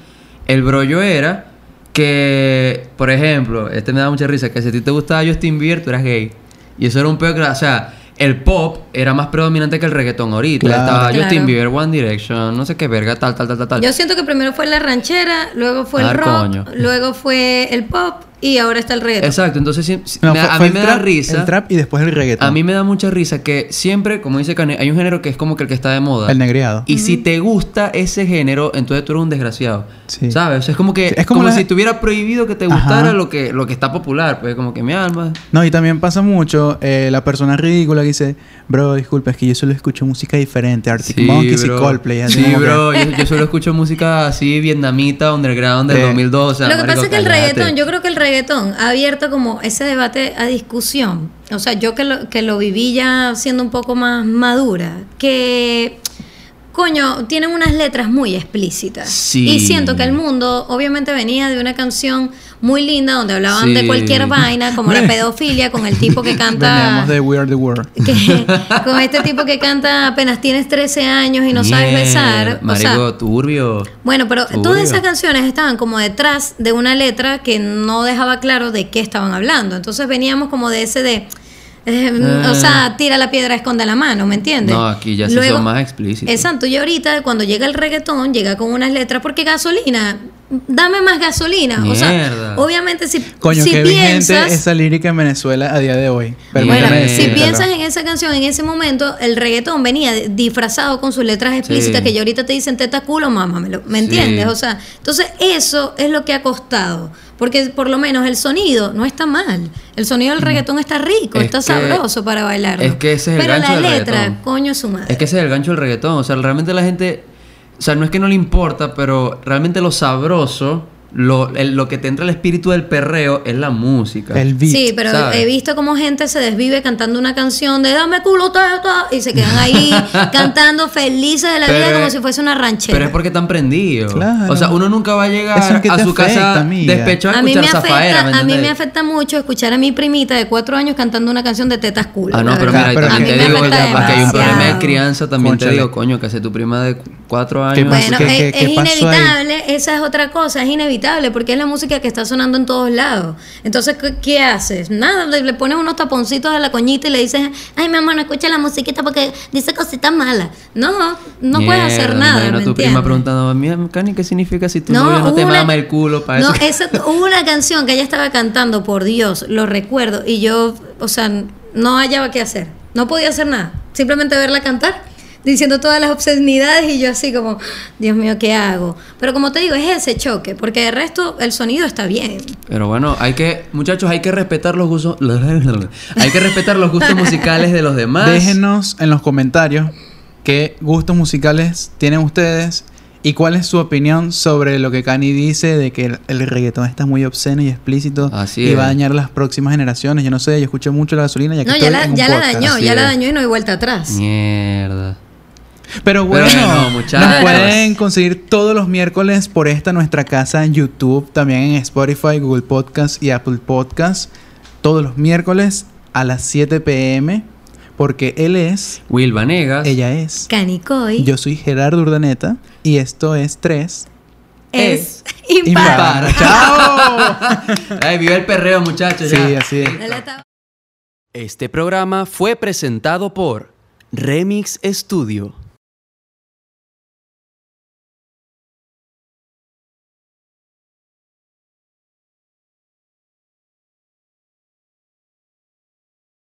S1: el brollo era que, por ejemplo, este me da mucha risa, que si a ti te gustaba Justin Bieber, tú eras gay. Y eso era un peor, o sea, el pop era más predominante que el reggaetón ahorita.
S2: Claro.
S1: Estaba
S3: Claro.
S1: Justin Bieber, One Direction, no sé qué verga, tal, tal, tal, tal, tal.
S3: Yo siento que primero fue la ranchera, luego fue
S1: Ah,
S3: el rock,
S1: coño.
S3: luego fue el pop y ahora está el reggaetón.
S1: Exacto, entonces sí- sí,
S2: No,
S1: me-
S2: fue-
S1: a
S2: fue
S1: mí
S2: el
S1: me da
S2: trap-
S1: risa.
S2: El trap y después el reggaetón.
S1: A mí me da mucha risa que siempre, como dice Kanye, hay un género que es como que el que está de moda.
S2: El negriado.
S1: Y si te gusta ese género, entonces tú eres un desgraciado.
S2: Sí.
S1: ¿Sabes? O sea, es como que
S2: Sí, es como
S1: como,
S2: la-
S1: si estuviera prohibido que te
S2: Ajá.
S1: gustara lo que, lo que está popular. Pues como que mi alma.
S2: No, y también pasa mucho eh, la persona ridícula que dice, bro, disculpa, es que yo solo escucho música diferente, Arctic Monkeys y Coldplay. así
S1: Sí,
S2: como que-
S1: bro. Yo, yo solo escucho música así vietnamita, underground del
S2: Eh.
S1: 2012. o sea,
S3: Lo que
S1: marico,
S3: pasa es que el
S1: cállate.
S3: reggaetón, yo creo que el reggaetón ha abierto como ese debate a discusión. O sea, yo que lo, que lo viví ya siendo un poco más madura, que coño, tienen unas letras muy explícitas.
S1: Sí.
S3: Y siento que el mundo obviamente venía de una canción muy linda donde hablaban
S1: Sí.
S3: de cualquier vaina, como la pedofilia, con el tipo que canta
S2: Veníamos de We Are the World.
S3: que- con este tipo que canta apenas tienes 13 años y no sabes
S1: Mier-
S3: besar. O sea,
S1: Marico, turbio.
S3: bueno, pero
S1: Obvio.
S3: todas esas canciones estaban como detrás de una letra que no dejaba claro de qué estaban hablando. Entonces veníamos como de ese de. eh,
S1: Ah.
S3: O sea, tira la piedra, esconde la mano, ¿me entiendes?
S1: No, aquí ya se
S3: Luego-
S1: hizo más explícito.
S3: Exacto, y ahorita cuando llega el reggaetón, llega con unas letras, porque gasolina, dame más gasolina. O sea,
S1: Mierda.
S3: obviamente si,
S2: Coño,
S3: si
S2: qué
S3: piensas.
S2: vigente esa lírica en Venezuela a día de hoy.
S3: Bueno,
S2: Permíteme
S1: Mierda.
S3: si
S2: decírtelo.
S3: piensas en esa canción, en ese momento, el reggaetón venía de- disfrazado con sus letras explícitas
S1: Sí.
S3: que ya ahorita te dicen teta culo, mámamelo. ¿Me
S1: Sí.
S3: entiendes? O sea, entonces eso es lo que ha costado. Porque por lo menos el sonido no está mal. El sonido del reggaetón está rico,
S1: Es
S3: está
S1: que-
S3: sabroso para bailar.
S1: es que ese es el
S3: Pero
S1: gancho
S3: la
S1: del
S3: letra,
S1: reggaetón.
S3: coño su madre.
S1: Es que ese es el gancho del reggaetón. O sea, realmente la gente. O sea, no es que no le importa, pero realmente lo sabroso lo, el- lo que te entra el espíritu del perreo es la música.
S2: El beat.
S3: Sí, pero
S1: ¿sabes?
S3: he visto como gente se desvive cantando una canción de dame culo teta", y se quedan ahí cantando felices de la vida
S1: Pero
S3: como
S1: es-
S3: si fuese una ranchera.
S1: Pero es porque están prendidos.
S2: Claro.
S1: O sea, uno nunca va a llegar
S2: Eso es que
S1: a
S2: te
S1: su
S2: afecta,
S1: casa
S2: amiga.
S1: despechado a
S3: a mí, me
S1: escuchar
S3: afecta,
S1: zafaera, ¿me
S3: a mí me
S1: entendés?
S3: afecta mucho escuchar a mi primita de cuatro años cantando una canción de tetas culo.
S1: Ah, no,
S3: la
S1: pero
S3: verdad.
S1: mira,
S2: Pero
S3: a
S1: también
S3: mí
S1: te
S3: me
S1: digo que
S3: afecta
S1: hay un problema de
S3: demasiado.
S1: crianza, también te
S2: Cónchale.
S1: digo, coño, que hace tu prima de cu- cuatro años.
S2: pasó?
S3: Bueno,
S2: ¿Qué-
S3: es,
S2: qué- qué
S3: es
S2: pasó ahí?
S3: inevitable, esa es otra cosa, es inevitable porque es la música que está sonando en todos lados. Entonces, ¿qué, qué haces? Nada, le, le pones unos taponcitos a la coñita y le dices, ay, mi amor, no escucha la musiquita porque dice cositas malas. No, no puedes hacer
S1: Mierda,
S3: nada.
S1: imagino
S3: ¿me
S1: tu prima
S3: entiendes?
S1: preguntando, mira, Cani, ¿qué significa si tu novio no
S3: hubo
S1: te
S3: una-
S1: mama el culo para
S3: no,
S1: eso? que-
S3: esa- hubo una canción que ella estaba cantando, por Dios, lo recuerdo, y yo, o sea, no hallaba qué hacer. No podía hacer nada. Simplemente verla cantar, diciendo todas las obscenidades, y yo así como, Dios mío, ¿qué hago? Pero como te digo, es ese choque, porque de resto el sonido está bien.
S1: Pero bueno, hay que, muchachos, hay que respetar los gustos, hay que respetar los gustos musicales de los demás.
S2: Déjenos en los comentarios qué gustos musicales tienen ustedes y cuál es su opinión sobre lo que Kanye dice de que el, el reggaetón está muy obsceno y explícito
S1: Así
S2: y va a
S1: es.
S2: dañar las próximas generaciones. Yo no sé, yo escucho mucho la gasolina y aquí
S3: No, ya
S2: estoy
S3: la,
S2: en un
S3: ya la
S2: podcast.
S3: dañó,
S1: así
S3: ya la
S1: es.
S3: dañó y no hay vuelta atrás.
S1: Mierda.
S2: Pero bueno,
S1: bueno, muchachos.
S2: nos pueden conseguir todos los miércoles por esta nuestra casa en YouTube, también en Spotify, Google Podcast y Apple Podcast. Todos los miércoles a las 7 pm, porque él es,
S1: Will Vanegas.
S2: ella es.
S3: Canicoy
S2: Yo soy Gerardo Urdaneta y esto es 3
S3: es, impar.
S2: Impar. ¡Chao!
S1: Ay, vive el perreo, muchachos. ya.
S2: Sí, así es.
S3: Dale esta-
S1: Este programa fue presentado por Remix Studio.